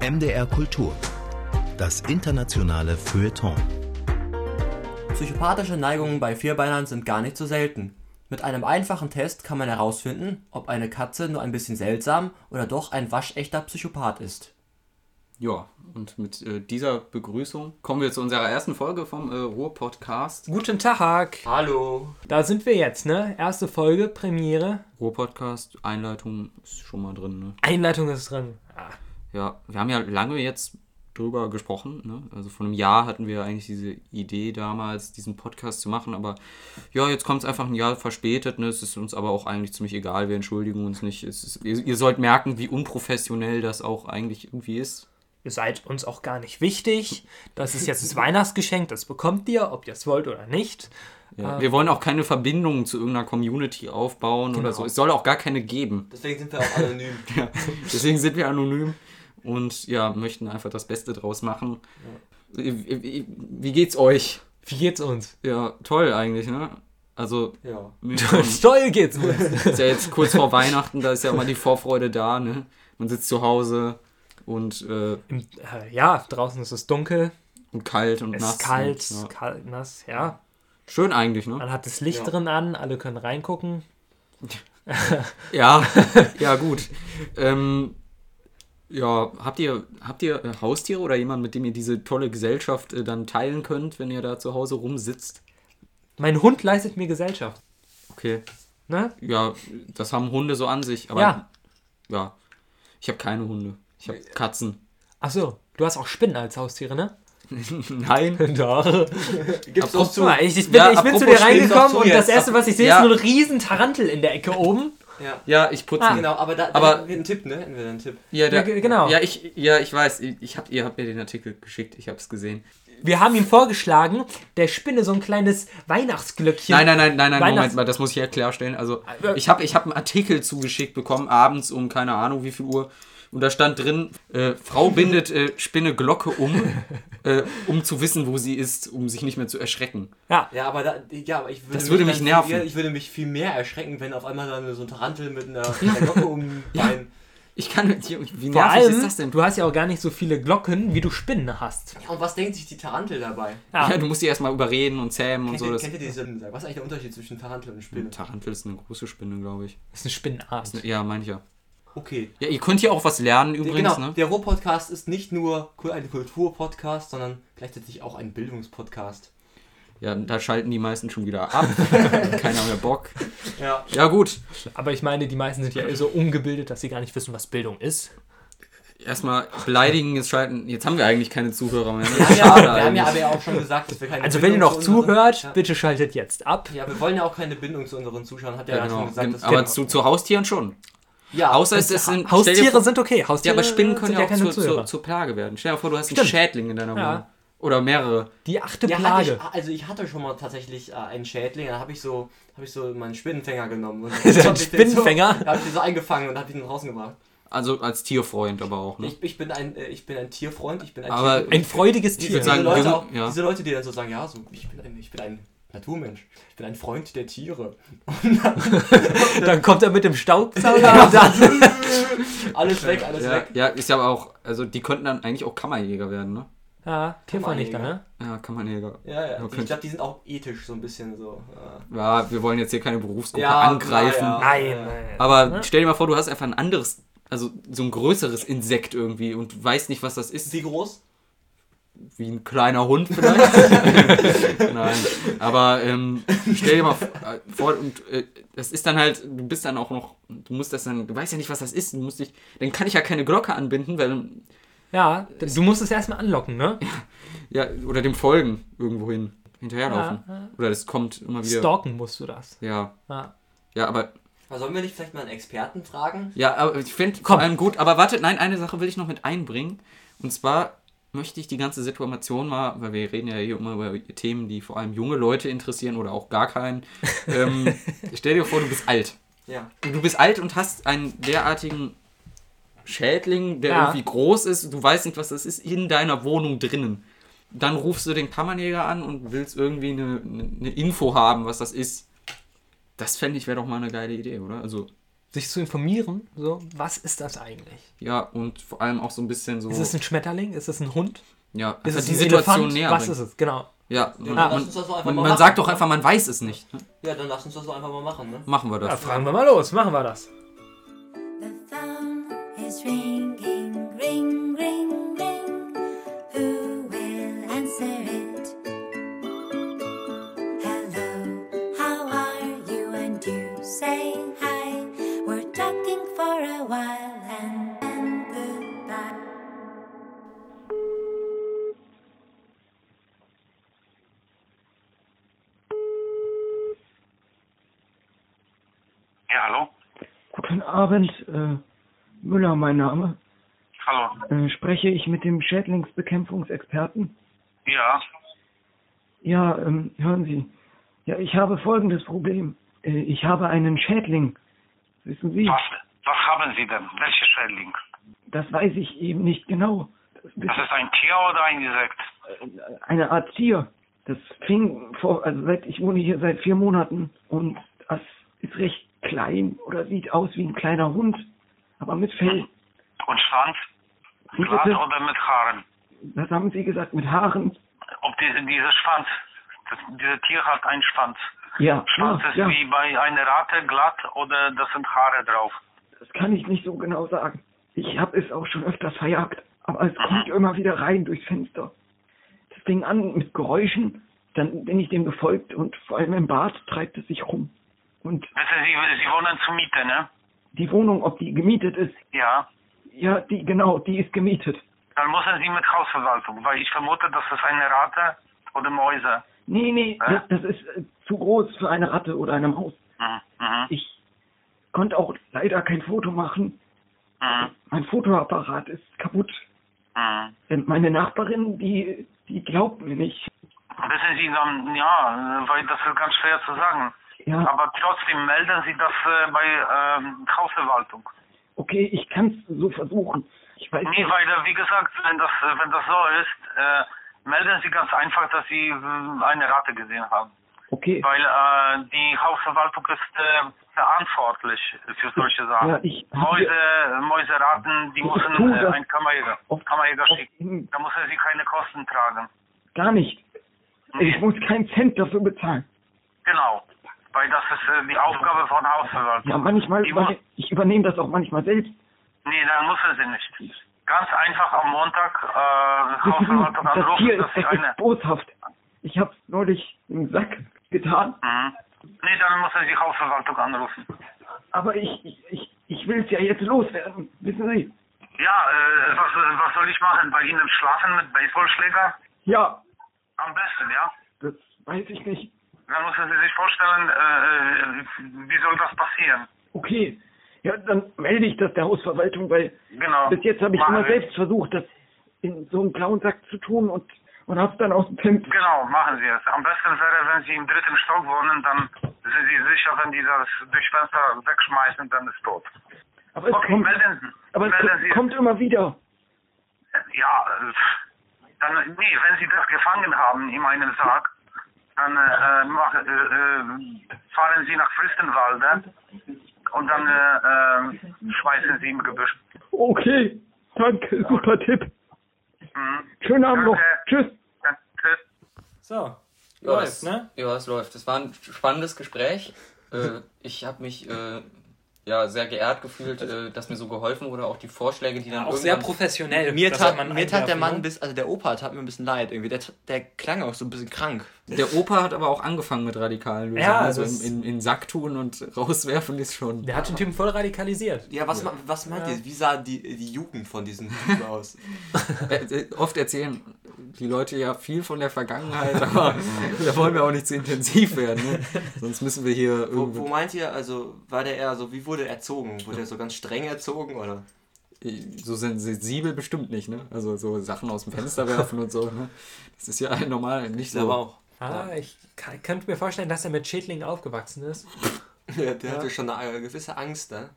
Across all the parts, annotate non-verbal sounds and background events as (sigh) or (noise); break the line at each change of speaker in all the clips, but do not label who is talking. MDR Kultur. Das internationale Feuilleton.
Psychopathische Neigungen bei Vierbeinern sind gar nicht so selten. Mit einem einfachen Test kann man herausfinden, ob eine Katze nur ein bisschen seltsam oder doch ein waschechter Psychopath ist.
Ja, und mit äh, dieser Begrüßung kommen wir zu unserer ersten Folge vom äh, Ruhr-Podcast.
Guten Tag.
Hallo.
Da sind wir jetzt, ne? Erste Folge, Premiere.
Ruhr-Podcast, Einleitung ist schon mal drin. Ne?
Einleitung ist drin. Ah.
Ja, wir haben ja lange jetzt drüber gesprochen. Ne? Also vor einem Jahr hatten wir eigentlich diese Idee damals, diesen Podcast zu machen. Aber ja, jetzt kommt es einfach ein Jahr verspätet. Ne? Es ist uns aber auch eigentlich ziemlich egal. Wir entschuldigen uns nicht. Es ist, ihr, ihr sollt merken, wie unprofessionell das auch eigentlich irgendwie ist.
Ihr seid uns auch gar nicht wichtig. Das ist jetzt das Weihnachtsgeschenk. Das bekommt ihr, ob ihr es wollt oder nicht.
Ja. wir wollen auch keine Verbindungen zu irgendeiner Community aufbauen oder so. Es soll auch gar keine geben.
Deswegen sind wir auch anonym.
(laughs) Ja. Deswegen sind wir anonym und ja, möchten einfach das Beste draus machen. Wie, wie, wie geht's euch?
Wie geht's uns?
Ja, toll eigentlich, ne? Also,
Ja.
mir (laughs) schon.
Toll geht's uns.
ist ja jetzt kurz vor Weihnachten, da ist ja immer die Vorfreude da, ne? Man sitzt zu Hause und, äh,
Im, äh, ja, draußen ist es dunkel.
und kalt und
Es
nass.
ist kalt,
Und, ja.
kalt, nass, ja.
Schön eigentlich, ne?
Man hat das Licht
Ja.
drin an, alle können reingucken.
Ja, ja, gut. Ähm, ja, habt ihr, habt ihr äh, Haustiere oder jemanden, mit dem ihr diese tolle Gesellschaft äh, dann teilen könnt, wenn ihr da zu Hause rumsitzt?
Mein Hund leistet mir Gesellschaft.
Okay.
Ne?
Ja, das haben Hunde so an sich, aber ja.
Ja.
Ich habe keine Hunde. Ich habe Katzen.
Achso, du hast auch Spinnen als Haustiere, ne?
Nein.
Doch.
Gibt's
Apropos-
Guck mal, ich, ich bin,
Ja,
ich bin zu
apropos
dir
Spinnen,
reingekommen
doch zu
und das
jetzt.
erste, was ich sehe,
Ja.
ist nur ein riesen Tarantel in der Ecke oben.
Ja.
Ja, ich putze.
Ah.
ihn.
Genau, aber da, da
Aber-
hätten wir einen Tipp, ne? Hätten wir da einen Tipp.
Ja, da,
Ja, ge- genau.
Ja, ich, ja, ich weiß. Ich ich hab, ihr habt mir den Artikel geschickt. Ich habe es gesehen.
Wir haben ihm vorgeschlagen, der Spinne so ein kleines Weihnachtsglöckchen.
Nein, nein, nein, nein, nein, Moment
Weihnachts-
mal, das muss ich ja klarstellen. Also,
äh,
ich habe ich hab einen Artikel zugeschickt bekommen, abends um keine Ahnung wie viel Uhr. Und da stand drin, äh, Frau bindet äh, Spinne Glocke um,
(laughs)
äh, um zu wissen, wo sie ist, um sich nicht mehr zu erschrecken.
Ja,
Ja, aber da, ja, aber ich würde
Das würde mich
dann-
nerven.
Ja, ich würde mich viel mehr erschrecken, wenn auf einmal dann so ein Tarantel mit
(laughs)
einer, mit einer Glocke um Bein.
Ich kann mit dir, wie nervig
vor
ist
allem,
das denn?
du hast ja auch gar nicht so viele Glocken, wie du Spinnen hast.
Ja, und was denkt sich die Tarantel dabei?
ja, du musst die erstmal überreden und zähmen
Kennt,
und so.
ihr,
Das, Mhm.
kennt ihr diese, was ist eigentlich der Unterschied zwischen Tarantel und Spinne?
Tarantel ist eine große Spinne, glaube ich.
ist eine Spinnenart.
Ja, meine ich ja.
Okay.
Ja, ihr könnt hier auch was lernen übrigens,
genau,
ne?
der Roh-Podcast ist nicht nur Kul- ein Kultur-Podcast, sondern gleichzeitig auch ein Bildungspodcast.
Ja, da schalten die meisten schon wieder
(laughs)
ab. Keiner mehr Bock.
Ja.
Ja, gut.
Aber ich meine, die meisten sind ja so ungebildet, dass sie gar nicht wissen, was Bildung ist.
Erstmal beleidigen, jetzt schalten. Jetzt haben wir eigentlich keine Zuhörer mehr. ne?
Wir haben ja,
Schade
wir haben ja
eigentlich.
aber auch schon gesagt, dass wir keine
Also wenn ihr
Bindung
noch
zu unseren-
zuhört,
Ja.
bitte schaltet jetzt ab.
Ja, wir wollen ja auch keine Bindung zu unseren Zuschauern, hat ja,
Ja,
schon
genau.
gesagt, dass
aber
wir-
zu, zu Haustieren schon.
ja,
Außer es es sind. stell dir
Haustiere
vor-
sind okay,
Ja,
Haustiere
aber Spinnen können
sind
ja auch
keine
zur, zur,
Zuhörer.
zur Plage werden. Stell dir vor, du hast einen
Stimmt.
Schädling in deiner Wohnung.
Ja.
Oder mehrere.
Die achte
Ja, hatte
Plage.
ich, also ich hatte schon mal tatsächlich äh, einen Schädling, da habe ich so habe ich so meinen Spinnenfänger
(laughs)
genommen und dann hab ich den
Spinnenfänger?
so, habe ich den so eingefangen und habe ihn rausgebracht.
Also als Tierfreund aber auch. Ne?
Ich, ich bin ein äh, ich bin ein Tierfreund, ich bin ein
Aber
Tierfreund.
Ein freudiges
Ich
Tier.
würd
diese
sagen- wir
Leute,
sind-
auch,
ja.
diese Leute, die dann so sagen, ja, so ich bin ein ich bin ein Naturmensch. Ich bin ein Freund der Tiere. Und dann
(laughs) dann kommt er mit dem Staubsauger und dann (laughs)
alles weg, alles
ja,
weg.
ja, ist ja aber auch. Also die könnten dann eigentlich auch Kammerjäger werden, ne?
Ja, Tiervernichter, ne?
Ja, Kammerjäger.
Ja, ja.
Okay.
Ich glaube, die sind auch ethisch so ein bisschen so. Äh,
Ja, wir wollen jetzt hier keine Berufsgruppe
Ja,
angreifen.
na ja.
Nein, nein.
Aber stell dir mal vor, du hast einfach ein anderes, also so ein größeres Insekt irgendwie und weißt nicht, was das ist.
wie groß?
Wie ein kleiner Hund vielleicht. Nein. Aber ähm, stell dir mal v- äh, vor, und äh, das ist dann halt, du bist dann auch noch, du musst das dann, du weißt ja nicht, was das ist, du musst dich, dann kann ich ja keine Glocke anbinden, weil,
Ja, du musst es erstmal anlocken, ne?
ja, oder dem folgen irgendwohin hinterherlaufen. Oder das kommt immer wieder.
Stalken musst du das.
Ja.
Ja.
Ja, aber
Na, Sollen wir nicht vielleicht mal einen Experten fragen?
Ja, aber ich finde vor
Komm.
allem gut. Aber warte, nein, eine Sache will ich noch mit einbringen. Und zwar möchte ich die ganze Situation mal, weil wir reden ja hier immer über Themen, die vor allem junge Leute interessieren oder auch gar
(laughs)
keinen. ähm, stell dir vor, du bist alt.
Ja.
Du bist alt und hast einen derartigen Schädling, der
Ja.
irgendwie groß ist. Du weißt nicht, was das ist, in deiner Wohnung drinnen. Dann rufst du den Kammernjäger an und willst irgendwie eine, eine Info haben, was das ist. Das fände ich wäre doch mal eine geile Idee, oder? Also
sich zu informieren, so, was ist das eigentlich?
Ja, und vor allem auch so ein bisschen so.
Ist es ein Schmetterling? Ist es ein Hund?
ja,
Ist
einfach
es
die
ein
Situation
Elefant?
näher.
Was
bringen.
ist es? Genau.
Ja, man,
lass
man,
uns das doch einfach
man,
mal
man
machen.
sagt doch einfach, man weiß es nicht. ne?
Ja, dann lass uns das doch einfach mal machen, ne?
Machen wir
Ja,
das.
fragen wir mal los, machen wir das.
The phone is ringing, ring, ring, ring. Who will answer it? Hello, how are you? And you say hi. We're talking for a while and then goodbye.
Ja, hallo?
Guten Abend, äh, Müller, mein Name.
Hallo.
Äh, spreche ich mit dem Schädlingsbekämpfungsexperten?
Ja,
Ja, ähm, hören Sie. Ja, ich habe folgendes Problem. Äh, ich habe einen Schädling. Wissen Sie?
was, was haben Sie denn? Welcher Schädling?
Das weiß ich eben nicht genau. Das
Das
ist äh,
ist ein Tier oder ein Insekt?
eine Art Tier. Das fing vor, also seit, ich wohne hier seit vier Monaten und das ist recht klein oder sieht aus wie ein kleiner Hund, aber mit Fell.
Und Schwanz?
Wie
Glatt
bitte?
oder mit Haaren?
Was haben Sie gesagt? Mit Haaren?
Ob diese, dieser Schwanz, das, dieses Tier hat einen Schwanz.
Ja,
Schwanz
ja,
ist
ja.
wie bei einer Ratte glatt oder das sind Haare drauf.
Das kann ich nicht so genau sagen. Ich habe es auch schon öfters verjagt, aber es kommt immer wieder rein durchs Fenster. Das fing an mit Geräuschen, dann bin ich dem gefolgt und vor allem im Bad treibt es sich rum. Und
Wissen Sie, Sie wohnen zur Miete, ne?
die Wohnung, ob die gemietet ist,
Ja.
ja, die genau, die ist gemietet.
Dann müssen Sie mit Hausverwaltung, weil ich vermute, das ist eine Ratte oder Mäuse.
Nee, nee,
Ah.
das, das ist äh, zu groß für eine Ratte oder eine Maus.
Mhm. Mhm.
Ich konnte auch leider kein Foto machen.
Mhm.
Mein Fotoapparat ist kaputt.
Mhm.
Äh, Meine Nachbarin, die, die glaubt mir nicht.
Wissen Sie, dann, ja, weil das ist ganz schwer zu sagen.
Ja.
Aber trotzdem melden Sie das äh, bei ähm, Hausverwaltung.
Okay, ich kann's so versuchen. Ich weiß
Nee,
nicht.
weil äh, wie gesagt, wenn das äh, wenn das so ist, äh, melden Sie ganz einfach, dass Sie äh, eine Ratte gesehen haben.
Okay.
Weil äh, die Hausverwaltung ist äh, verantwortlich für solche Sachen.
Ja, ich hab hier
Mäuse, äh, Mäuse, Ratten, die
Ich
müssen
tue
äh,
das.
einen Kammerjäger,
Auf-
Kammerjäger
auf
schicken.
jeden-
Da müssen Sie keine Kosten tragen.
gar nicht.
Nee.
Ich muss keinen Cent dafür bezahlen.
Genau. Weil das ist äh, die Aufgabe von Hausverwaltung.
Ja, manchmal,
Die
überne ich übernehme das auch manchmal selbst.
Nee, dann müssen sie nicht. Ganz einfach am Montag äh,
Wissen (laughs) Sie,
Hausverwaltung
das
anrufen,
Tier
dass
ist,
sie
das
eine.
ist boshaft. Ich hab's neulich im Sack getan,
Mhm. Nee, dann müssen sie Hausverwaltung anrufen.
aber ich, ich, ich, ich will's ja jetzt loswerden. Wissen Sie?
Ja, äh, was, was soll ich machen? Bei Ihnen schlafen mit Baseballschläger?
Ja,
Am besten, ja.
das weiß ich nicht.
Dann müssen Sie sich vorstellen, äh, äh, wie soll das passieren?
Okay. Ja, dann melde ich das der Hausverwaltung, weil
Genau.
bis jetzt habe ich
Machen
immer
Sie.
selbst versucht, das in so einen blauen Sack zu tun und, und hab's dann aus dem Pimp
Genau, machen Sie es. Am besten wäre, wenn Sie im dritten Stock wohnen, dann sind Sie sicher, wenn die das durch Fenster wegschmeißen, dann ist tot.
Aber es
Okay,
kommt,
melden-
aber es
melden
ko-
Sie-
kommt immer wieder.
Ja, äh, dann, nee, wenn Sie das gefangen haben in meinem Sarg, dann äh, äh, mach, äh, äh, fahren Sie nach Fristenwalde und dann äh, äh, schmeißen Sie im Gebüsch.
Okay, danke, super Tipp.
Mhm.
Schönen Abend noch.
Danke.
Tschüss.
Ja, tschüss.
So,
Ja,
läuft,
das-
ne?
Ja, es läuft. Das war ein spannendes Gespräch. äh, ich habe mich äh, ja, sehr geehrt gefühlt, äh, dass mir so geholfen wurde. Auch die Vorschläge, die dann
Auch sehr
irgendwann...
professionell.
Mir
das
tat,
kann man
mir tat der
einwerfen,
Mann,
ne?
bis, also der Opa tat mir ein bisschen leid irgendwie. Der, der klang auch so ein bisschen krank.
Der Opa hat aber auch angefangen mit radikalen Lösungen.
Ja,
also
das-
in, in, in Sack tun und (laughs) rauswerfen ist schon...
Der hat den Typen voll radikalisiert.
Ja, was, ma- was meint ihr? Wie sah die, die Jugend von diesem (laughs) Typen aus?
Äh, äh, Oft erzählen die Leute ja viel von der Vergangenheit, (laughs) aber da wollen wir auch nicht zu intensiv werden. Ne? Sonst müssen wir hier
Wo, wo
irgendwo.
meint ihr, also war der eher so, wie wurde er erzogen? Wurde er so ganz streng erzogen oder?
So sensibel bestimmt nicht, ne? Also so Sachen aus dem Fenster werfen und so. Ne? Das ist ja (laughs) normal, nicht so.
Ah, ich kann, könnte mir vorstellen, dass er mit Schädlingen aufgewachsen ist.
Ja, (laughs) der hatte schon eine äh, gewisse Angst, ne?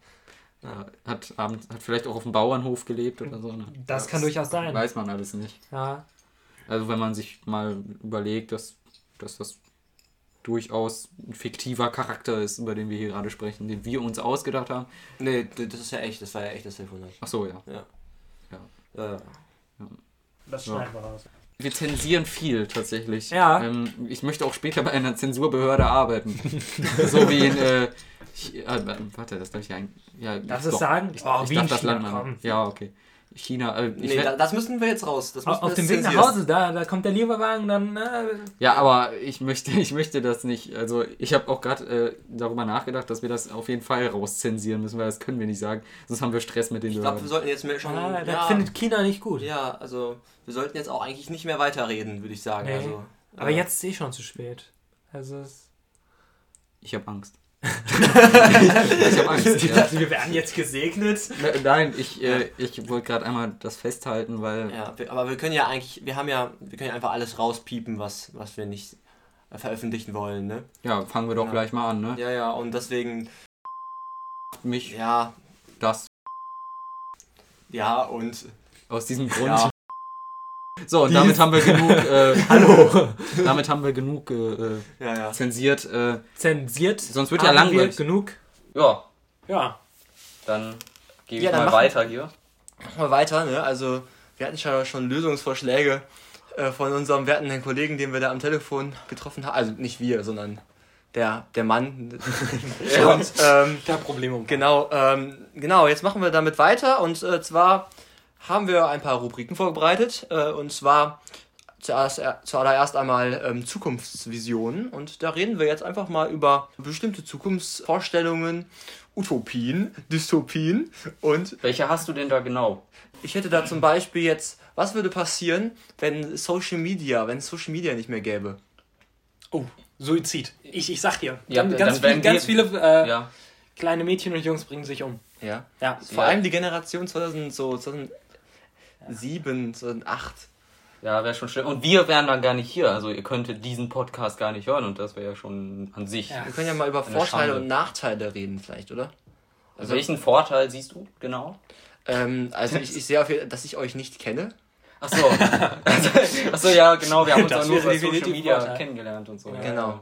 Ja, hat, abends- hat vielleicht auch auf dem Bauernhof gelebt oder so. Ne?
Das kann durchaus sein.
Weiß man alles nicht.
Ja.
Also wenn man sich mal überlegt, dass, dass das durchaus ein fiktiver Charakter ist, über den wir hier gerade sprechen, den wir uns ausgedacht haben.
Nee, d- das ist ja echt, das war ja echt das Telefonat.
Ach so, ja.
Ja.
Ja.
Ja.
Das schneiden wir raus.
Wir zensieren viel tatsächlich.
Ja.
Ähm, ich möchte auch später bei einer Zensurbehörde
(laughs)
arbeiten. so wie in. Äh, Chi- äh, warte, das darf ich ja eigentlich. Ja,
Darfst
ich-
du es sagen?
Ich,
Oh,
ich
wie
darf
in
das
China,
Land mal.
komm.
Ja, okay. China. Äh, ich
Nee,
werd-
da, das müssen wir jetzt raus. Das
Auf,
müssen
auf
wir
dem
jetzt
Weg nach
zensieren.
Hause, da, da kommt der Lieferwagen, dann. Äh,
Ja, aber ich möchte, ich möchte das nicht. Also ich habe auch gerade äh, darüber nachgedacht, dass wir das auf jeden Fall rauszensieren müssen, weil das können wir nicht sagen. Sonst haben wir Stress mit den
Ich glaube, wir
Behörden.
sollten jetzt mehr schon.
ah, das
ja,
findet China nicht gut.
ja, also wir sollten jetzt auch eigentlich nicht mehr weiterreden, würde ich sagen.
Nee.
Also,
Aber
ja.
jetzt ist eh schon zu spät. Also, es-
ich habe
(laughs)
Angst. ich habe Angst. Ja.
wir werden jetzt gesegnet.
Ne- Nein, ich, äh, ich wollte gerade einmal das festhalten, weil
Ja, wir, aber wir können ja eigentlich, wir haben ja, wir können ja einfach alles rauspiepen, was, was wir nicht äh, veröffentlichen wollen, ne?
ja, fangen wir doch
Ja.
gleich mal an, ne?
Ja, ja, und deswegen,
Mich
ja,
das
ja und
aus diesem Grund.
ja.
So, und damit haben wir genug. Äh,
(laughs)
Hallo. Damit haben wir genug äh, äh,
Ja, ja.
zensiert. Äh,
Zensiert.
Sonst wird ja
haben wir
langweilig.
Genug.
ja,
Ja.
dann gehe
Ja, dann machen-
hier.
Machen wir weiter, ne? Also, wir hatten schon, schon Lösungsvorschläge äh, von unserem werten Kollegen, den wir da am Telefon getroffen haben. Also nicht wir, sondern der, der Mann. und, ähm,
Da Probleme um.
Genau, ähm, genau, jetzt machen wir damit weiter und äh, zwar haben wir ein paar Rubriken vorbereitet äh, und zwar zuerst, äh, zuallererst einmal ähm, Zukunftsvisionen und da reden wir jetzt einfach mal über bestimmte Zukunftsvorstellungen, Utopien, Dystopien und
Welche hast du denn da genau?
ich hätte da zum Beispiel jetzt, was würde passieren, wenn Social Media, wenn es Social Media nicht mehr gäbe?
Oh, Suizid. Ich, ich sag dir.
Ja,
ganz,
dann
ganz,
werden
viel, ganz
wir-
viele äh,
Ja.
kleine Mädchen und Jungs bringen sich um.
Ja.
Ja.
Vor
Ja.
allem die Generation 2000, so 2007, 2008.
Ja, wäre schon schlimm. Und wir wären dann gar nicht hier. Also ihr könntet diesen Podcast gar nicht hören und das wäre ja schon an sich.
Ja.
Wir können ja mal über
Eine
Vorteile
Schande.
und Nachteile reden, vielleicht, oder?
Also welchen Vorteil siehst du genau?
Ähm, also ich, ich sehe auf jeden Fall, dass ich euch nicht kenne.
(laughs) Achso. Achso, ja, genau. Wir haben uns
Das
ja nur
wäre
über Social
definitiv
Media
Vorteil.
kennengelernt und so.
Genau.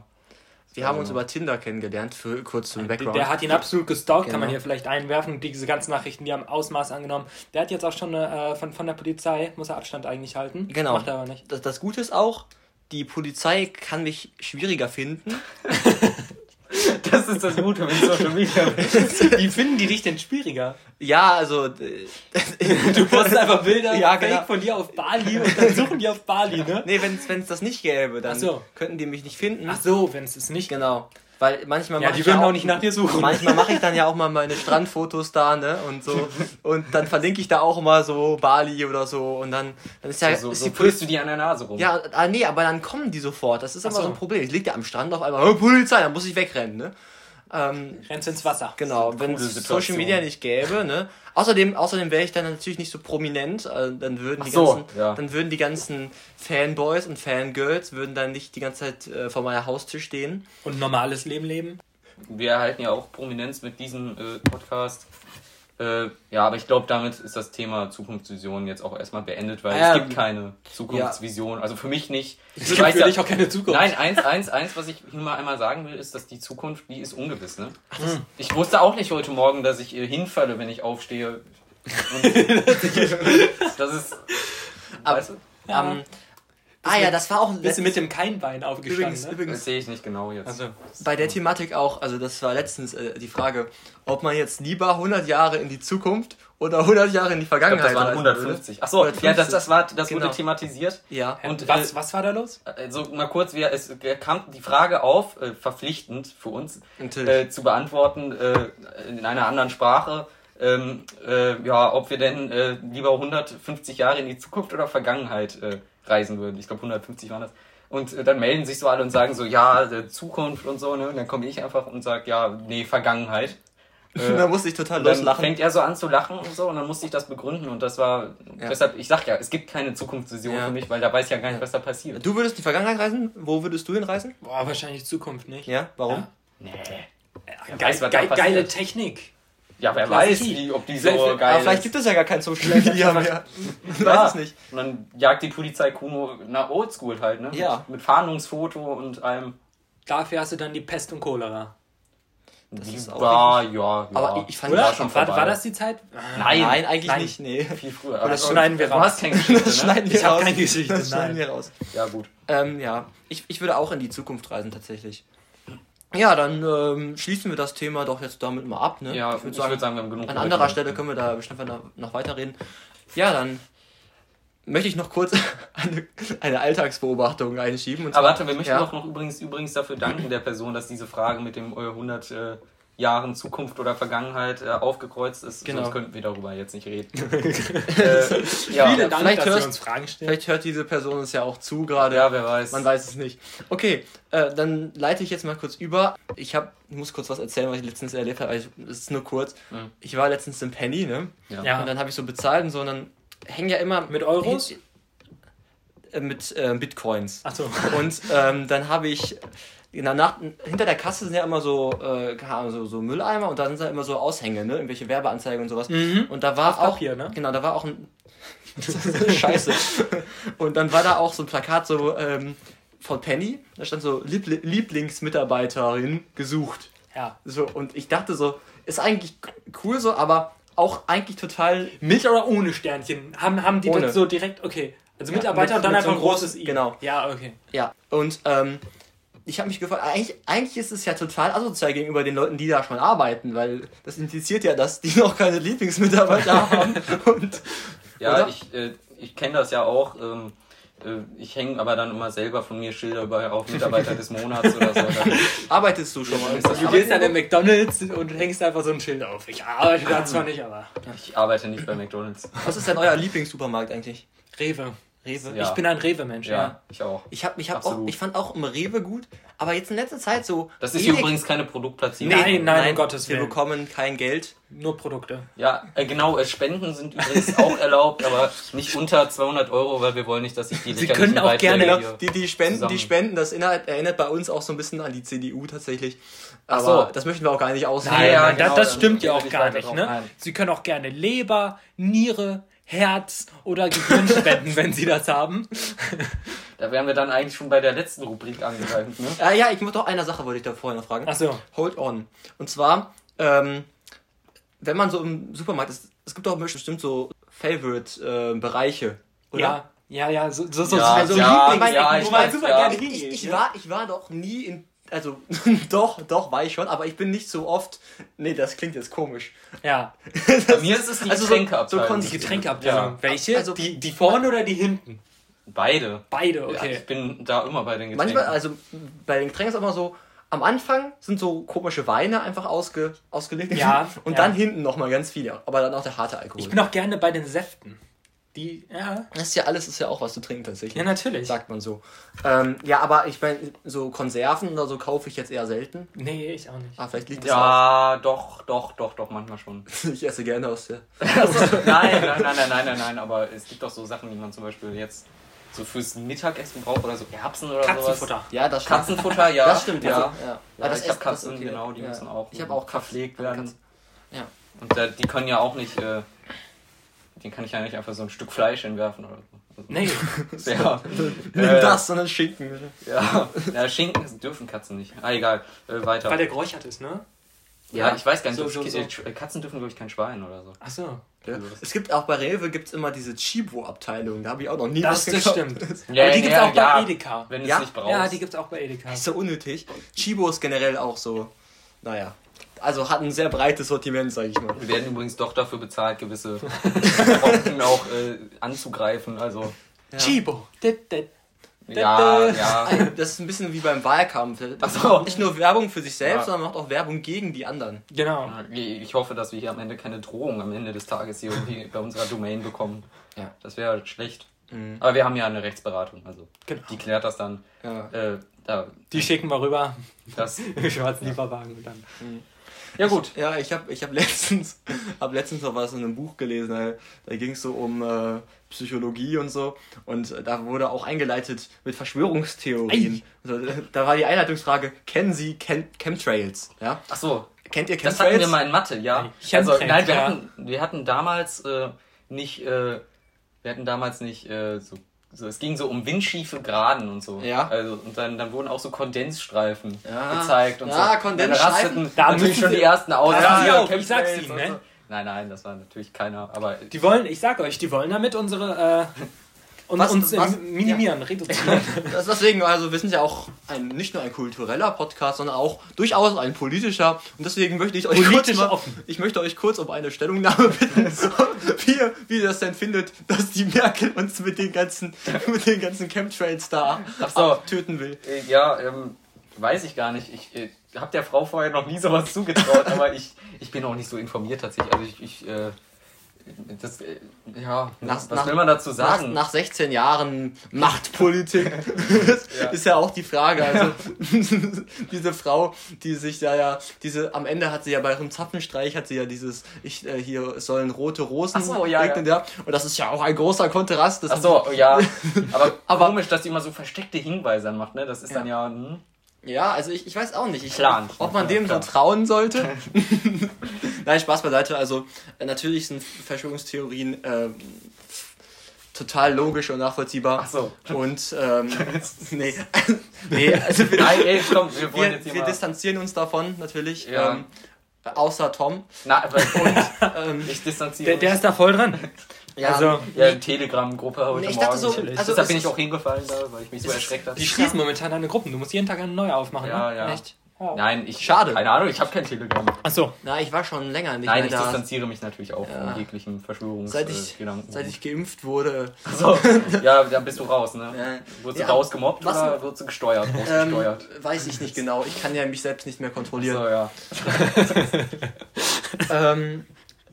Wir haben uns über Tinder kennengelernt, für kurz zum Background.
Der hat ihn absolut gestalkt, kann man
Genau.
hier vielleicht einwerfen. Diese ganzen Nachrichten, die haben Ausmaß angenommen. Der hat jetzt auch schon eine, äh, von, von der Polizei, muss er Abstand eigentlich halten.
genau.
Macht er aber nicht.
Das, das Gute ist auch, die Polizei kann mich schwieriger finden.
Das ist das Gute mit Social Media.
Wie finden die dich denn schwieriger?
Ja, also. äh,
Du postest einfach Bilder
Ja,
fake
genau.
von dir auf Bali und dann suchen die auf Bali, ne?
nee, wenn es das nicht gäbe, dann
Ach so.
könnten die mich nicht finden.
Ach so, wenn es es nicht
Genau. Weil manchmal
Ja,
mach
die
ich
würden auch nicht nach dir suchen.
Manchmal mache ich dann ja auch mal meine Strandfotos da, ne? Und so. Und dann verlinke ich da auch mal so Bali oder so. Und dann, dann ist ja.
So,
ist
so
die Polizei-
fühlst du die an der Nase rum.
Ja, ah, nee, aber dann kommen die sofort. Das ist immer
so.
so ein Problem. Ich liegt ja am Strand auf einmal, oh, Polizei, dann muss ich wegrennen, ne? Ähm,
rennst ins Wasser.
genau, wenn
coole
es
Situation.
Social Media nicht gäbe, ne? Außerdem, außerdem wäre ich dann natürlich nicht so prominent, äh, dann würden die
Ach so,
ganzen,
ja.
dann würden die ganzen Fanboys und Fangirls würden dann nicht die ganze Zeit äh, vor meiner Haustür stehen.
Und normales Leben leben.
Wir erhalten ja auch Prominenz mit diesem äh, Podcast. Äh, ja, aber ich glaube, damit ist das Thema Zukunftsvision jetzt auch erstmal beendet, weil es
Ähm,
gibt keine Zukunftsvision. Also für mich nicht. Ich,
gibt für dich auch keine Zukunft.
Nein, eins, eins, eins, was ich hier mal einmal sagen will, ist, dass die Zukunft, die ist ungewiss. Ne? Ich wusste auch nicht heute Morgen, dass ich äh, hinfalle, wenn ich aufstehe.
(laughs)
Und das ist. Weißt du?
Ähm, ah ja, das war auch
Bist du
letzt-
mit dem Keinbein aufgestanden,
übrigens,
ne?
übrigens
Das sehe ich nicht genau jetzt.
Also,
bei der Thematik auch, also das war letztens äh, die Frage, ob man jetzt lieber 100 Jahre in die Zukunft oder 100 Jahre in die
ich glaube,
Vergangenheit
also,
das
reisen
waren
würde. (laughs)
150. Achso,
150.
ja, das, das, war, das
Genau.
wurde thematisiert.
Ja.
Und,
und
äh,
was, was war da los?
Also mal kurz, wir, es kam die Frage auf, äh, verpflichtend für uns
Natürlich.
äh, zu beantworten äh, in einer anderen Sprache, ähm, äh, ja, ob wir denn äh, lieber 150 Jahre in die Zukunft oder Vergangenheit äh, reisen würden. Ich glaube 150 waren das. Und äh, dann melden sich so alle und sagen so, ja, äh, Zukunft und so, ne? Und dann komme ich einfach und sage, ja, nee, Vergangenheit. Äh,
Und da musste ich total
Und dann
loslachen.
fängt er so an zu lachen und so und dann musste ich das begründen und das war,
Ja.
deshalb, ich sag ja, es gibt keine Zukunftsvision
Ja.
für mich, weil da weiß ich ja gar nicht, was da passiert.
Du würdest in die Vergangenheit reisen? Wo würdest du hinreisen?
Boah, wahrscheinlich Zukunft, nicht?
Ja, warum?
Geil,
weiß, was da
geil,
passiert.
geile Technik.
Ja, wer
Lass
weiß,
ich die.
wie, ob die so
Vielleicht,
geil
aber vielleicht
ist.
gibt es (laughs) ja gar kein Social Media mehr. Ich
Ja.
weiß es nicht.
Und dann jagt die Polizei Kuno nach Oldschool halt, ne?
Ja.
Mit Fahndungsfoto und allem.
Dafür hast du dann die Pest und Cholera.
Das
Die
ist auch
war, ja, ja.
Aber ich- ich fand
Die
die
war
auch
schon
war,
vorbei.
war das die Zeit? Ah,
Nein,
Nein, eigentlich
nein.
nicht, nee.
Viel
(laughs)
früher.
das
Aber-
schneiden wir
du
raus.
hast keine
(laughs)
Geschichte,
Das
ne?
schneiden wir
Ich hab
raus.
keine Geschichte,
Das schneiden
nein.
wir raus.
Ja, gut.
Ähm, ja, ich, ich würde auch in die Zukunft reisen tatsächlich. Ja, dann ähm, schließen wir das Thema doch jetzt damit mal ab. Ne?
Ja,
ich würde sagen,
wir haben genug.
an
Leute.
anderer Stelle können wir da bestimmt noch- noch weiterreden. Ja, dann möchte ich noch kurz (laughs) eine, eine Alltagsbeobachtung einschieben. Und
Aber
zwar-
Ah, warte, wir möchten
ja,
auch noch übrigens, übrigens dafür danken der Person, dass diese Frage mit dem äh, 100 äh, Jahren Zukunft oder Vergangenheit äh, aufgekreuzt ist.
Genau.
Sonst könnten wir darüber jetzt
(laughs)
nicht reden. äh, ja.
Vielen Dank,
vielleicht
dass ihr
hörst-
uns Fragen stellt.
Vielleicht hört diese Person uns ja auch zu gerade.
ja, wer weiß.
Man weiß es nicht. Okay, äh, dann leite ich jetzt mal kurz über. Ich hab, muss kurz was erzählen, was ich letztens erlebt habe. aber ich- Es ist nur kurz.
Mhm.
Ich war letztens im Penny, ne?
Ja.
Und dann habe ich so bezahlt und so. Und dann hängen ja immer.
Mit Euros?
Häng- äh, mit äh, Bitcoins.
Achso.
Und ähm, dann habe ich. In der Nacht, hinter der Kasse sind ja immer so, äh, keine Ahnung, so, so Mülleimer und da sind ja immer so Aushänge, ne? Irgendwelche Werbeanzeigen und sowas. Und da war auch.
Mhm. Papier, ne?
Genau, da war auch ein. (laughs) Scheiße. Und dann war da auch so ein Plakat so ähm, von Penny. Da stand so Liebl Lieblingsmitarbeiterin gesucht.
Ja.
So, und ich dachte so, ist eigentlich cool so, aber auch eigentlich total
Mit oder ohne Sternchen? Haben, haben die
Ohne.
das so direkt, okay. Also Mitarbeiter
mit-
und dann
mit so
einfach ein
einem
großes
großen-
I.
genau.
Ja, okay.
Ja, und ähm, ich habe mich gefragt, eigentlich, eigentlich ist es ja total asozial gegenüber den Leuten, die da schon arbeiten, weil das impliziert ja, dass die (laughs) noch keine Lieblingsmitarbeiter
(laughs)
haben. Und
Ja,
Oder?
ich, äh, ich kenne das ja auch. Ähm, äh, ich hänge aber dann immer selber von mir Schilder über auf Mitarbeiter des Monats oder so. Dann- (laughs)
arbeitest du schon mal?
Ist das-
Also Du gehst dann in McDonalds und hängst einfach so ein Schild auf. Ich arbeite da zwar nicht, aber.
Ich arbeite nicht bei McDonalds.
Was ist denn euer Lieblingssupermarkt eigentlich?
Rewe.
Rewe?
Ja.
Ich bin ein Rewe-Mensch,
Ja,
ja.
ich auch.
Ich, hab, ich, hab auch,
Absolut.
ich fand auch im Rewe gut, aber jetzt in letzter Zeit so.
Das ist hier
Edeka-
übrigens keine Produktplatzierung.
Nein, nein, um Gottes
Wir
Willen.
bekommen kein Geld.
Nur Produkte.
Ja, äh, genau, äh, Spenden sind übrigens auch erlaubt, aber nicht unter 200 Euro, weil wir wollen nicht, dass sich die
Sie können auch
Beiträge
gerne-
Genau,
hier-
die, die Spenden,
zusammen.
die Spenden, das erinnert, erinnert bei uns auch so ein bisschen an die CDU tatsächlich. Aber
so.
das möchten wir auch gar nicht ausnehmen.
Nein,
ja,
ja,
nein,
genau,
das, das
dann
stimmt
gehen
ja
wir
auch
nicht
gar
weiter
nicht.
drauf
Ne?
ein.
Sie können auch gerne Leber, Niere, Herz oder Gehirn (laughs) spenden, wenn Sie das haben.
Da wären wir dann eigentlich schon bei der letzten Rubrik angelangt, ne?
Ah, ja, ich muss doch einer Sache wollte ich da vorher noch fragen.
Achso.
Hold on. Und zwar, ähm, wenn man so im Supermarkt ist, es gibt auch bestimmt so Favorite-Bereiche, oder?
Ja, ja, ja. So, so, so,
Ja,
so
ja,
Lieblings-
ja,
wo
ich
man
weiß,
super
ja.
gerne
Ich,
hingeht.
ich,
ne?
war, ich war doch nie in. Also, (laughs) doch, doch, war ich schon, aber ich bin nicht so oft. Nee, das klingt jetzt komisch.
Ja,
Bei mir ist es die
Also so-
Getränkeabteilung.
so konsi-
die Getränkeabteilung. Welche?
Also-
die, die vorne oder die hinten?
Beide.
Beide,
Ja,
okay.
ich bin da immer bei den Getränken.
Manchmal, also bei den Getränken ist immer so. Am Anfang sind so komische Weine einfach ausge, ausgelegt.
Ja,
(laughs) Und
ja.
dann hinten nochmal ganz viele. Aber dann auch der harte Alkohol.
Ich bin auch gerne bei den Säften. Die, ja.
Das ist ja alles, ist ja auch was zu trinken tatsächlich.
Ja, natürlich.
Sagt man so. Ähm, ja, aber ich meine, so Konserven oder so kaufe ich jetzt eher selten.
Nee, ich auch nicht.
Ah, vielleicht liegt das
ja, doch, doch, doch, doch, manchmal
(laughs)
schon.
auch. Ich esse gerne aus der.
nein, nein, nein, nein, nein, nein, nein, aber es gibt doch so Sachen, die man zum Beispiel jetzt so fürs Mittagessen braucht oder so Erbsen oder sowas.
Katzenfutter.
Ja, das stimmt.
Katzenfutter, ja.
Das stimmt, ja.
Also,
ja.
Ja,
Ah, das Essen,
ich hab
das ist
Katzen,
okay.
genau, die müssen auch
Ich habe auch Katzen.
verpflegt werden.
Katzen. Ja.
Und da, die können ja auch nicht, äh, den kann ich ja nicht einfach so ein Stück Fleisch hinwerfen oder so.
Nee,
Also, ja.
(laughs) Nimm
Äh,
das, sondern Schinken. bitte.
Ja. ja, Schinken dürfen Katzen nicht. Ah, egal. Äh, weiter.
weil der geräuchert ist, ne?
ja, ich weiß gar nicht.
So,
dürfen-
so, so.
äh, Sch- äh, Katzen dürfen, glaube ich, kein Schwein oder so.
Achso.
Ja. Es gibt auch bei Rewe gibt's immer diese Chibo-Abteilung. Da habe ich auch noch nie
Das,
was
das
gekauft. (laughs)
stimmt.
Ja,
Aber die gibt's
ja,
auch bei
ja.
Edeka.
Wenn du
Ja?
es nicht brauchst.
Ja, die gibt's auch bei Edeka.
Ist so unnötig. Chibo ist generell auch so. Naja. Also hat ein sehr breites Sortiment, sag ich mal.
wir werden übrigens doch dafür
(laughs)
bezahlt, gewisse Fronten auch äh, anzugreifen. Also,
Chibo. Dit, dit.
ja, ja.
(laughs)
Das ist ein bisschen wie beim Wahlkampf. Das
(laughs) Ach so.
macht nicht nur Werbung für sich selbst,
Ja.
sondern macht auch Werbung gegen die anderen.
Ah,
Genau.
Ich hoffe, dass wir hier am Ende keine Drohung am Ende des Tages hier irgendwie bei unserer Domain bekommen.
Ja. Mhm.
Das wäre halt schlecht. Aber wir haben ja eine Rechtsberatung, also
Genau.
die klärt das dann.
Ja.
Äh, da,
Die schicken wir rüber. (laughs)
das,
Wir schwarzen Lieferwagen und dann.
ja gut.
Ja, ich hab, ich hab letztens, (laughs) hab letztens noch was in einem Buch gelesen. Da, da ging es so um äh, Psychologie und so. Und äh, da wurde auch eingeleitet mit Verschwörungstheorien. Also, äh, da war die Einleitungsfrage: Kennen Sie Chem Chemtrails? Ja?
Ach so,
Kennt ihr Chemtrails?
das hatten wir mal in Mathe, ja.
Ich
Also,
hab's
nein, wir
ja.
hatten, wir hatten damals äh, nicht, äh, wir hatten damals nicht äh, so So, es ging so um windschiefe Geraden und so.
Ja.
Also, und dann, dann wurden auch so Kondensstreifen
Ja.
gezeigt und so.
Ja, Kondensstreifen.
Dann rasteten
Da
natürlich
müssen
schon
sie-
die ersten aus.
da
Ja,
sind sie
ja,
auch, ich sag's
Chemtrails
ihnen,
und
ne?
so. Nein, nein, das war natürlich keiner. Aber
Die wollen, ich sag euch, die wollen damit unsere äh, uns,
Was-
uns
was-
äh, minimieren, reduzieren.
Das deswegen, also wir sind ja auch ein, nicht nur ein kultureller Podcast, sondern auch durchaus ein politischer. Und deswegen möchte ich euch kurz
Politisch
mal,
offen.
ich möchte euch kurz um eine Stellungnahme bitten, wie, ihr- wie ihr das denn findet, dass die Merkel uns mit den ganzen, mit den ganzen Chemtrails da
so.
töten will.
Äh, Ja, ähm, weiß ich gar nicht. Ich äh, habe der Frau vorher noch nie sowas zugetraut, aber ich, ich bin auch nicht so informiert tatsächlich. Also ich, ich äh, das, äh, ja,
Nach-
was
nach-
will man dazu
Nach,
sagen?
nach 16 Jahren Machtpolitik
(laughs)
ist ja auch die Frage. Also (laughs) diese Frau, die sich ja ja, diese am Ende hat sie ja bei ihrem Zapfenstreich hat sie ja dieses, ich äh, hier es sollen rote Rosen
Ach so, ja,
regnen, ja. Und das ist ja auch ein großer Kontrast. Das
Ach so,
(laughs)
ja, aber,
Aber-
komisch, dass die immer so versteckte Hinweise dann macht, ne? Das ist dann ja, hm,
Ja, also ich, ich weiß auch nicht, ich,
Plan.
ob man dem
Plan.
so trauen sollte.
(laughs)
(laughs) Nein, Spaß beiseite. Also äh, natürlich sind Verschwörungstheorien ähm, total logisch und nachvollziehbar.
Ach so.
Und
(laughs)
ähm, (laughs) nee, nee, also wir,
Nein, ey, komm, wir wollen
wir,
jetzt hier
wir
mal...
distanzieren uns davon natürlich.
Ja.
Ähm, außer Tom. (laughs)
Na, aber, und,
Ähm,
ich distanziere
Der, der ist da voll dran.
ja,
Also,
mich. Ja, die Telegram-Gruppe heute
Nee, ich
Morgen.
dachte so, also
Deshalb
es
bin ich
ist-
auch hingefallen da, weil ich mich so erschreckt habe.
die schließen momentan deine Gruppen. Du musst jeden Tag eine neue aufmachen.
Ja,
ne?
ja.
echt.
Ja.
Nein, ich...
Schade.
Keine Ahnung, ich habe kein Telegram.
Achso,
Na, ich war schon länger nicht
Nein,
mehr
ich
da.
distanziere mich natürlich auch
Ja.
von jeglichen
Seit ich,
Verschwörungsgedanken.
seit ich geimpft
(laughs)
wurde.
so, ja, da bist du raus, ne?
Ja.
Wurdest
Ja.
du rausgemobbt
Was-
oder wurdest du gesteuert? Wurdest du
Ähm,
gesteuert?
weiß ich nicht genau. Ich kann ja mich selbst nicht mehr kontrollieren.
So, ja.
Ähm,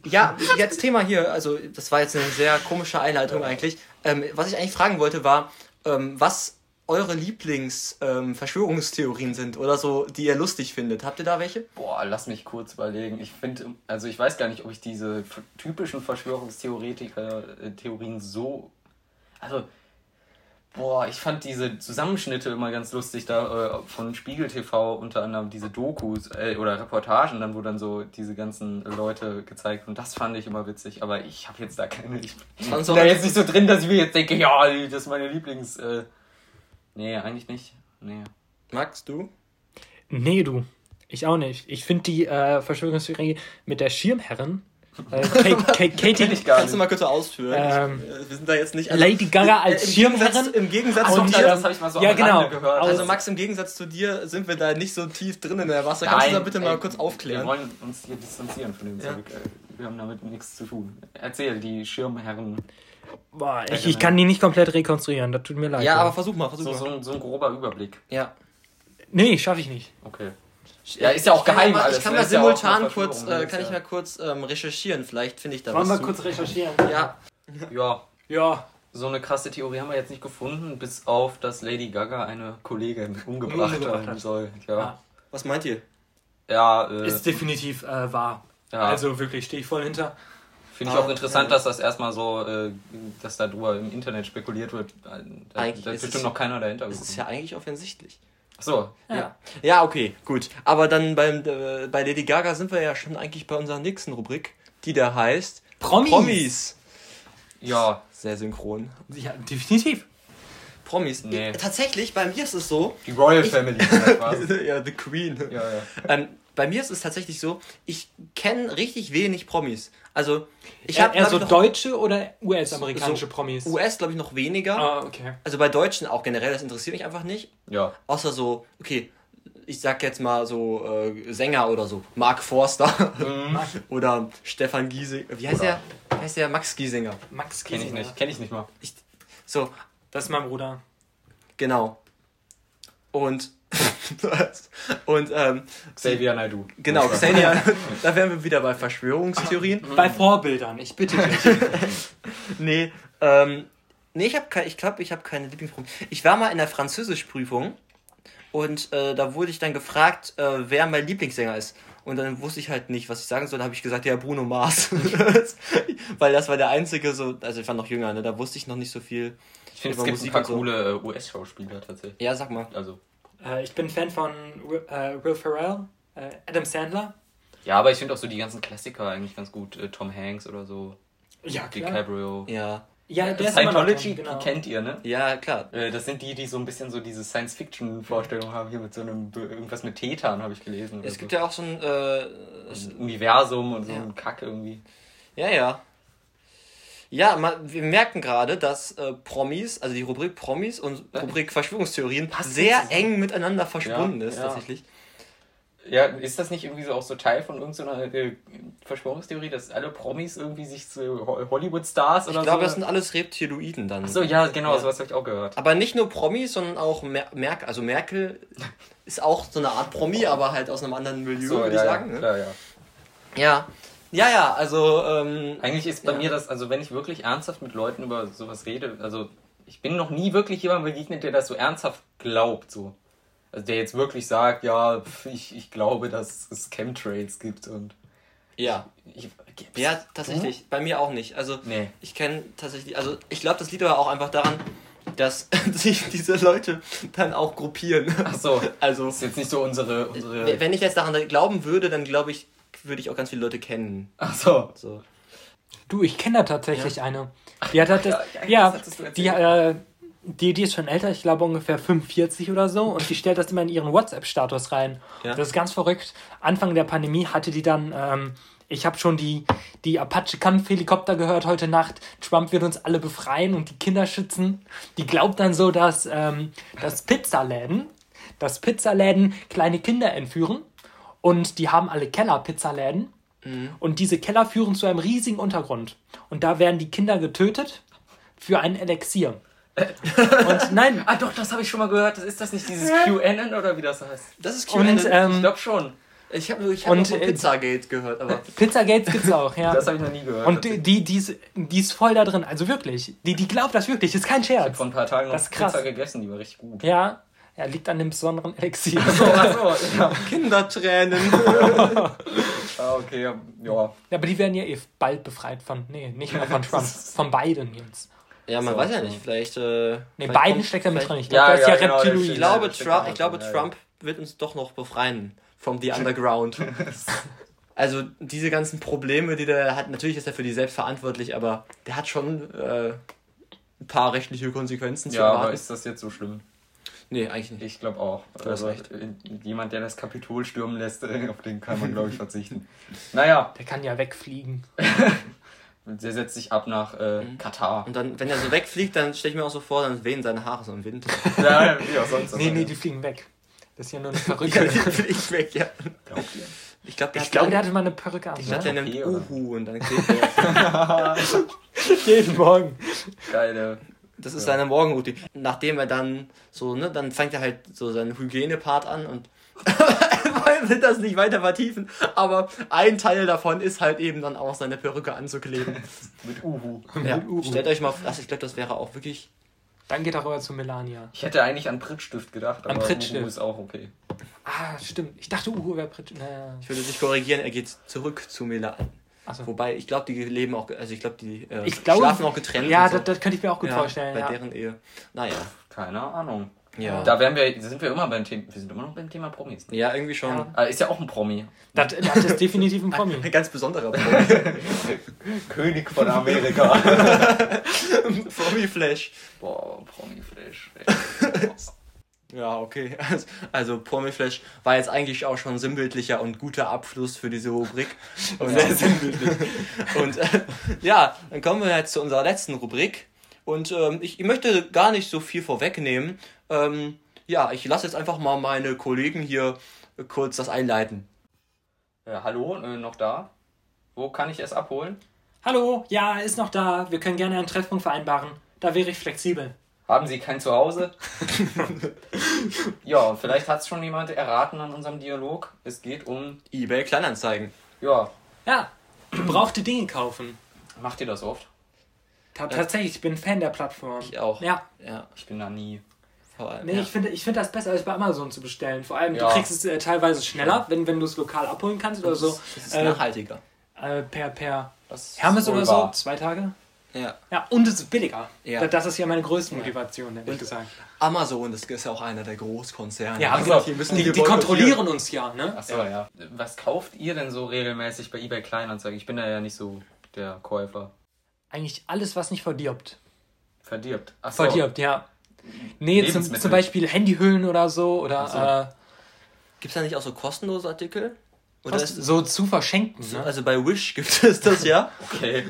ja, jetzt Thema hier, also das war jetzt eine sehr komische Einleitung eigentlich. Ähm, was ich eigentlich fragen wollte war, ähm, was eure Lieblings-Verschwörungstheorien sind oder so, die ihr lustig findet. Habt ihr da welche?
Boah, lass mich kurz überlegen. Ich finde, also ich weiß gar nicht, ob ich diese f- typischen Verschwörungstheoretiker-Theorien so. Also, boah, ich fand diese Zusammenschnitte immer ganz lustig da äh, von Spiegel TV unter anderem diese Dokus äh, oder Reportagen, dann wo dann so diese ganzen Leute gezeigt und das fand ich immer witzig. Aber ich habe jetzt da keine. Ich bin
fand's auch-
da Hm. jetzt nicht so drin, dass ich mir jetzt denke, ja, das ist meine Lieblings. Äh, nee, eigentlich nicht. Nee.
Max, du?
Äh,
Nee, du. Ich auch nicht. Ich finde die äh, Verschwörungstheorie mit der Schirmherrin, äh, Kate, Kate,
Kenn
Katie,
ich gar
Kannst
nicht.
du mal kurz ausführen?
Ähm,
Ich- äh, wir sind da jetzt nicht...
Lady Gaga als
Im
Schirmherrin?
Gegensatz- Im Gegensatz
Ach so,
zu
Ja,
dir...
das halt habe ich mal so
Ja,
am Rande
genau.
gehört.
Also Max, im Gegensatz zu dir sind wir da nicht so tief drin in der Wasser. Kannst du da bitte mal
ey,
kurz aufklären?
Wir wollen uns hier distanzieren von dem
Ja.
Zeug. Äh, Wir haben damit nichts zu tun. Erzähl, die Schirmherren.
boah, ich, ich kann die nicht komplett rekonstruieren, das tut mir leid.
ja, aber versuch mal, versuch
So,
mal.
so, ein, so ein grober Überblick.
Ja.
Nee, schaffe ich nicht.
Okay. Ja, ist ja auch
Ich kann
geheim
mal-
alles.
Ich kann
ne?
mal
Ist ja auch
simultan
eine
kurz,
Verschwörung,
äh,
ne?
kann
Ist
ich mal kurz ähm, recherchieren. Vielleicht finde ich da
Wollen wir
was zu.
kurz recherchieren?
Ja,
Ja,
Ja.
so eine krasse Theorie haben wir jetzt nicht gefunden, bis auf, dass Lady Gaga eine Kollegin (laughs) umgebracht
Umgebracht
haben
hat.
soll. Ja,
was meint ihr?
ja, äh,
Ist definitiv äh, wahr.
ja.
Also wirklich, stehe ich voll hinter.
finde ich
ah,
auch interessant, dass das erstmal so, äh, dass da drüber im Internet spekuliert wird. Da, da
Eigentlich
ist
ist
bestimmt
es-
noch keiner dahinter.
Das ist ja eigentlich offensichtlich.
Achso,
Ja. Ja, okay, gut. Aber dann beim, äh, bei Lady Gaga sind wir ja schon eigentlich bei unserer nächsten Rubrik, die da heißt
Promis.
Promis.
ja,
Sehr synchron.
Ja, definitiv.
Promis.
Nee.
Tatsächlich, bei mir ist es so.
die Royal Family. (laughs)
(laughs)
quasi.
ja, The Queen.
Ja, ja.
Ähm, bei mir ist es tatsächlich so, ich kenne richtig wenig Promis. Also, ich
Eher
habe
eher so deutsche oder US-amerikanische
so
Promis?
US, glaube ich, noch weniger.
Ah, okay.
Also bei Deutschen auch generell, das interessiert mich einfach nicht.
Ja.
Außer so, okay, ich sag jetzt mal so äh, Sänger oder so. Mark Forster (laughs) oder Stefan Giesinger. Wie heißt der? Wie heißt der? Max Giesinger.
Max
Kenn ich nicht, kenn ich nicht mal.
So,
Das ist mein Bruder.
genau. Und. (laughs) und ähm,
Xavier Naidoo.
genau,
(laughs)
Xenia, da wären wir wieder bei Verschwörungstheorien.
Bei Vorbildern, ich (laughs) bitte dich.
Nee, ähm, nee, ich habe kein, ich glaube, ich habe keine Lieblingspromis. Ich war mal in der Französischprüfung und äh, da wurde ich dann gefragt, äh, wer mein Lieblingssänger ist. Und dann wusste ich halt nicht, was ich sagen soll. Da habe ich gesagt, ja, Bruno Mars. (laughs) Weil das war der einzige, so, also ich war noch jünger, ne? da wusste ich noch nicht so viel.
Ich finde,
über
es gibt
Musik
ein paar
und so.
coole äh, US-Schauspieler tatsächlich.
Ja, sag mal.
Also,
äh, ich bin Fan von Will, äh, Will Ferrell, äh, Adam Sandler.
ja, aber ich finde auch so die ganzen Klassiker eigentlich ganz gut. Äh, Tom Hanks oder so,
Ja, klar.
DiCaprio.
Ja.
Ja, der ist immer noch
Scientology
dran, genau.
kennt ihr, ne?
Ja, klar.
Äh, Das sind die, die so ein bisschen so diese Science-Fiction-Vorstellung haben, hier mit so einem, irgendwas mit Tetan, habe ich gelesen.
Es
oder
gibt
so.
ja auch so ein. Äh, es-
ein Universum und so
Ja.
ein Kack irgendwie.
ja, ja. Ja, man, wir merken gerade, dass äh, Promis, also die Rubrik Promis und Rubrik Verschwörungstheorien sehr eng miteinander verschwunden
Ja,
ist,
ja.
tatsächlich.
Ja, ist das nicht irgendwie so auch so Teil von irgendeiner äh, Verschwörungstheorie, dass alle Promis irgendwie sich zu Ho- Hollywood-Stars oder
Ich glaube,
so...
das sind alles Reptiloiden dann.
Ach so, ja, genau,
Ja.
sowas habe ich auch gehört.
Aber nicht nur Promis, sondern auch Mer Merkel. Also Merkel ist auch so eine Art Promi, aber halt aus einem anderen Milieu,
So,
würde
ja,
ich sagen.
ja,
ne?
klar, ja.
Ja. Ja, ja, also ähm,
Eigentlich ist bei
Ja.
mir das, also wenn ich wirklich ernsthaft mit Leuten über sowas rede, also ich bin noch nie wirklich jemandem begegnet, der das so ernsthaft glaubt, so. Also der jetzt wirklich sagt, ja, pf, ich, ich glaube, dass es Chemtrails gibt und
ja.
ich, gibt's-
Ja, tatsächlich. Bei mir auch nicht. Also
Nee.
ich kenne tatsächlich, also ich glaube, das liegt aber auch einfach daran, dass (laughs) sich diese Leute dann auch gruppieren. (laughs)
Ach so,
Also
ist jetzt nicht so unsere, unsere,
wenn ich jetzt daran glauben würde, dann glaube ich, würde ich auch ganz viele Leute kennen.
ach so.
So.
Du, ich kenne da tatsächlich eine. Die hat, hat das,
ja, ja,
ja,
das hattest du
die, äh, die, die ist schon älter, ich glaube ungefähr 45 oder so, und die stellt das immer in ihren WhatsApp-Status rein.
Ja.
Das ist ganz verrückt. Anfang der Pandemie hatte die dann, ähm, ich habe schon die, die Apache-Kampfhelikopter gehört heute Nacht. Trump wird uns alle befreien und die Kinder schützen. Die glaubt dann so, dass, ähm, dass Pizzaläden, dass Pizzaläden kleine Kinder entführen und die haben alle Keller-Pizzaläden. Und diese Keller führen zu einem riesigen Untergrund. Und da werden die Kinder getötet für ein Elixier.
(laughs)
Und nein,
Ah doch, das habe ich schon mal gehört. Das Ist das nicht dieses QAnon oder wie das heißt?
Das ist cute.
und
Ich
ähm,
glaube schon.
ich habe nur, ich hab
und,
nur von
äh,
Pizzagate gehört,
(laughs)
aber
Pizzagates gibt's auch, ja.
Das habe ich noch nie gehört.
Und die, die, die, ist, die ist voll da drin. Also wirklich. Die, die glaubt das wirklich. Ist kein
ich habe
Scherz.
vor ein paar Tagen noch
Das ist krass.
Pizza gegessen, die war richtig gut.
Ja, er liegt an dem besonderen Elixier.
So, ach so, ja.
Kindertränen.
Ah, okay, ja, ja.
Aber die werden (laughs) ja eh bald befreit von, nee, nicht mehr
(laughs)
von Trump, von Biden jetzt.
Ja, man
So,
weiß ja
so.
nicht, vielleicht äh
Nee,
vielleicht
Biden
kommt-
steckt da mit
vielleicht-
drin. Ich glaube,
Ja,
der ist
ja,
ja,
genau, der
Reptiloid.
Ich glaube,
steckt
Trump,
da
ich glaube
drin, ja,
Trump wird uns doch noch befreien vom (laughs) The Underground. Also diese ganzen Probleme, die der hat, natürlich ist er für die selbst verantwortlich, aber der hat schon äh, ein paar rechtliche Konsequenzen zu
Ja, aber
erwarten.
ist das jetzt so schlimm?
Nee, eigentlich nicht.
Ich glaube auch.
hast
Also,
recht.
äh, Jemand, der das Kapitol stürmen lässt, äh, auf den kann man, glaube ich, verzichten. Naja, (laughs)
Der kann ja wegfliegen.
der setzt sich ab nach äh, Katar.
Und dann, wenn er so wegfliegt, dann stelle ich mir auch so vor, dann wehen seine Haare so im (laughs) Wind.
(laughs) Ja, wie auch sonst.
Nee, nee, die fliegen weg. Das ist
(laughs)
ja nur eine
ja, die
Perücke.
fliegt weg, ja.
Glaubt ihr?
Ich glaube, der,
Ich
hat-
glaube, der hatte mal eine Perücke an.
ich glaub, der
ne?
nimmt
Okay, oder?
Uhu und dann kriegt er...
Jeden Morgen.
Geile.
Das ist seine Morgenroutine. Nachdem er dann so, ne, dann fängt er halt so seinen Hygienepart an und (laughs) wir will das nicht weiter vertiefen, aber ein Teil davon ist halt eben dann auch seine Perücke anzukleben.
Mit Uhu.
ja. Stellt euch mal, also ich glaube, das wäre auch wirklich.
Dann geht er rüber zu Melania.
Ich hätte eigentlich an Prittstift gedacht, aber
An Prittstift.
Uhu ist auch okay.
Ah, stimmt. Ich dachte, Uhu wäre Brit. Naja.
Ich würde dich korrigieren, er geht zurück zu Milan.
Achso.
Wobei, ich glaube, die leben auch, also ich glaube, die äh,
Ich glaube-
schlafen auch getrennt.
Ja,
und so.
das, das könnte ich mir auch gut
Ja,
vorstellen.
Bei
Ja.
deren Ehe. Naja.
Keine Ahnung.
Ja.
Da wären wir, sind wir immer beim Thema. Wir sind immer noch beim Thema Promis. Ne?
ja, irgendwie schon.
Ja.
Ah, ist ja auch ein Promi.
Das, das ist definitiv ein Promi.
(laughs) Ein ganz besonderer Promi.
(laughs)
König (laughs) von Amerika.
Promi-Flash.
Boah, Promi-Flash.
Ja, okay. (laughs) Also, also Promiflash war jetzt eigentlich auch schon sinnbildlicher und guter Abschluss für diese Rubrik. (laughs) Und,
Sehr sinnbildlich.
und äh, ja, dann kommen wir jetzt zu unserer letzten Rubrik. Und ähm, ich, ich möchte gar nicht so viel vorwegnehmen. Ähm, ja, ich lasse jetzt einfach mal meine Kollegen hier äh, kurz das einleiten.
Äh, hallo, äh, noch da? Wo kann ich es abholen?
Hallo, ja, ist noch da. Wir können gerne einen Treffpunkt vereinbaren. Da wäre ich flexibel.
Haben Sie kein (laughs) Zuhause? ja, vielleicht hat es schon jemand erraten an unserem Dialog. Es geht um,
eBay Kleinanzeigen.
ja,
Ja, gebrauchte Dinge kaufen.
macht ihr das oft?
Ta tatsächlich, ich bin Fan der Plattform.
Ich auch.
Ja.
Ja,
Ich bin da nie.
vor allem.
Nee,
ja.
ich finde ich find das besser, als bei Amazon zu bestellen. Vor allem,
Ja.
du kriegst es äh, teilweise schneller, wenn, wenn du es lokal abholen kannst oder so.
das ist
Äh,
nachhaltiger.
äh, per, per
Das ist
Hermes
wohl
oder so,
wahr.
zwei Tage.
Ja.
Ja, und es ist billiger.
Ja.
Da- Das ist ja meine größte Motivation, hätte ich gesagt.
Amazon, das ist ja auch einer der Großkonzerne.
Ja,
Also,
also,
die
die,
müssen
die,
boykottieren.
kontrollieren uns ja, ne?
Ach so, ja. Was kauft ihr denn so regelmäßig bei eBay Kleinanzeigen? Ich bin da ja nicht so der Käufer.
eigentlich alles, was nicht verdirbt.
Verdirbt. Ach so.
Verdirbt, ja. Nee, zum,
Lebensmittel.
zum Beispiel Handyhüllen oder äh, so oder
Gibt es da nicht auch so kostenlose Artikel?
äh,
Oder
was,
ist es
so zu verschenken.
so,
Ne?
also bei Wish gibt (laughs) es das ja?
Okay.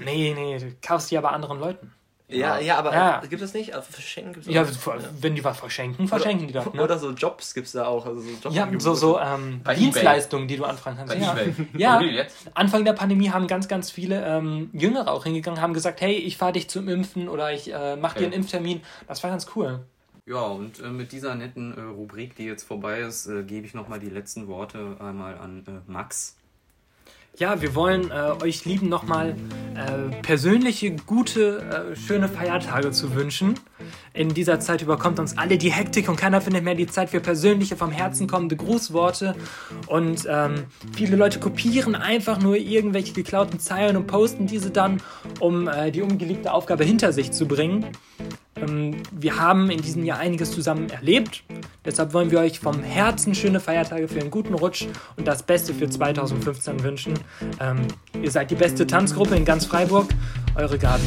Nee, nee, du kaufst die aber anderen Leuten.
ja, ja, aber
Ja.
äh, gibt es nicht? Also verschenken gibt's
Ja,
auch.
ver- wenn die was verschenken, verschenken die das. Ne?
Oder so Jobs gibt es da auch. Also so Jobs
ja, so, so ähm,
Bei
Dienstleistungen, die du anfragen kannst.
Bei
ja.
eBay.
ja,
Real jetzt?
Anfang der Pandemie haben ganz, ganz viele ähm, Jüngere auch hingegangen, haben gesagt, hey, ich fahre dich zum Impfen oder ich äh, mache dir
Ja.
einen Impftermin. Das war ganz cool.
Ja, und äh, mit dieser netten äh, Rubrik, die jetzt vorbei ist, äh, gebe ich nochmal die letzten Worte einmal an äh, Max.
Ja, wir wollen äh, euch lieben nochmal äh, persönliche, gute, äh, schöne Feiertage zu wünschen. In dieser Zeit überkommt uns alle die Hektik und keiner findet mehr die Zeit für persönliche, vom Herzen kommende Grußworte. Und ähm, viele Leute kopieren einfach nur irgendwelche geklauten Zeilen und posten diese dann, um äh, die umgelegte Aufgabe hinter sich zu bringen. Ähm, wir haben in diesem Jahr einiges zusammen erlebt. Deshalb wollen wir euch vom Herzen schöne Feiertage für einen guten Rutsch und das Beste für 2015 wünschen. Ähm, ihr seid die beste Tanzgruppe in ganz Freiburg. Eure Gaben.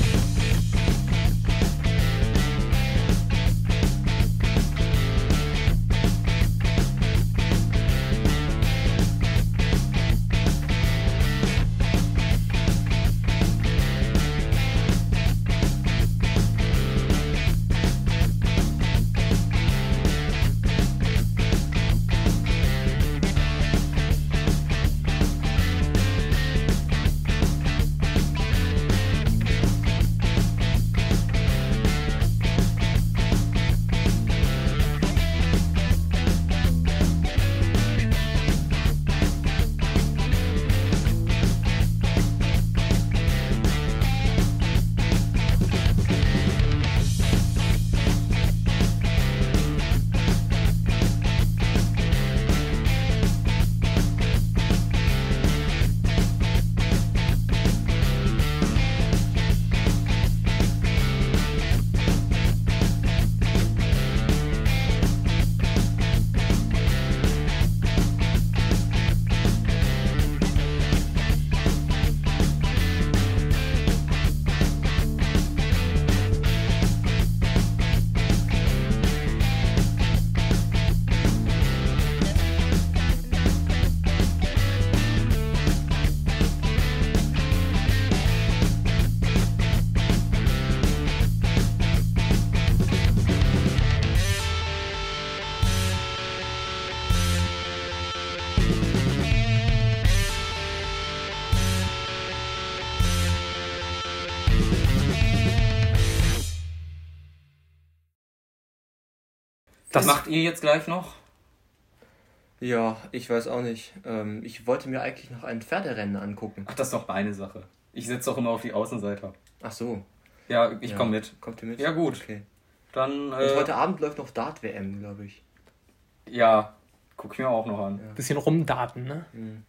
Das macht ihr jetzt gleich noch?
Ja, ich weiß auch nicht. Ähm, ich wollte mir eigentlich noch ein Pferderennen angucken.
Ach, das ist doch meine Sache. Ich setze doch immer auf die Außenseiter.
Ach so.
Ja, ich
Ja.
komme mit.
Kommt ihr mit?
Ja, gut.
Okay.
Dann,
Und
äh,
heute Abend läuft noch Dart-WM, glaube ich.
ja, guck ich mir auch noch an.
Bisschen rumdaten, ne?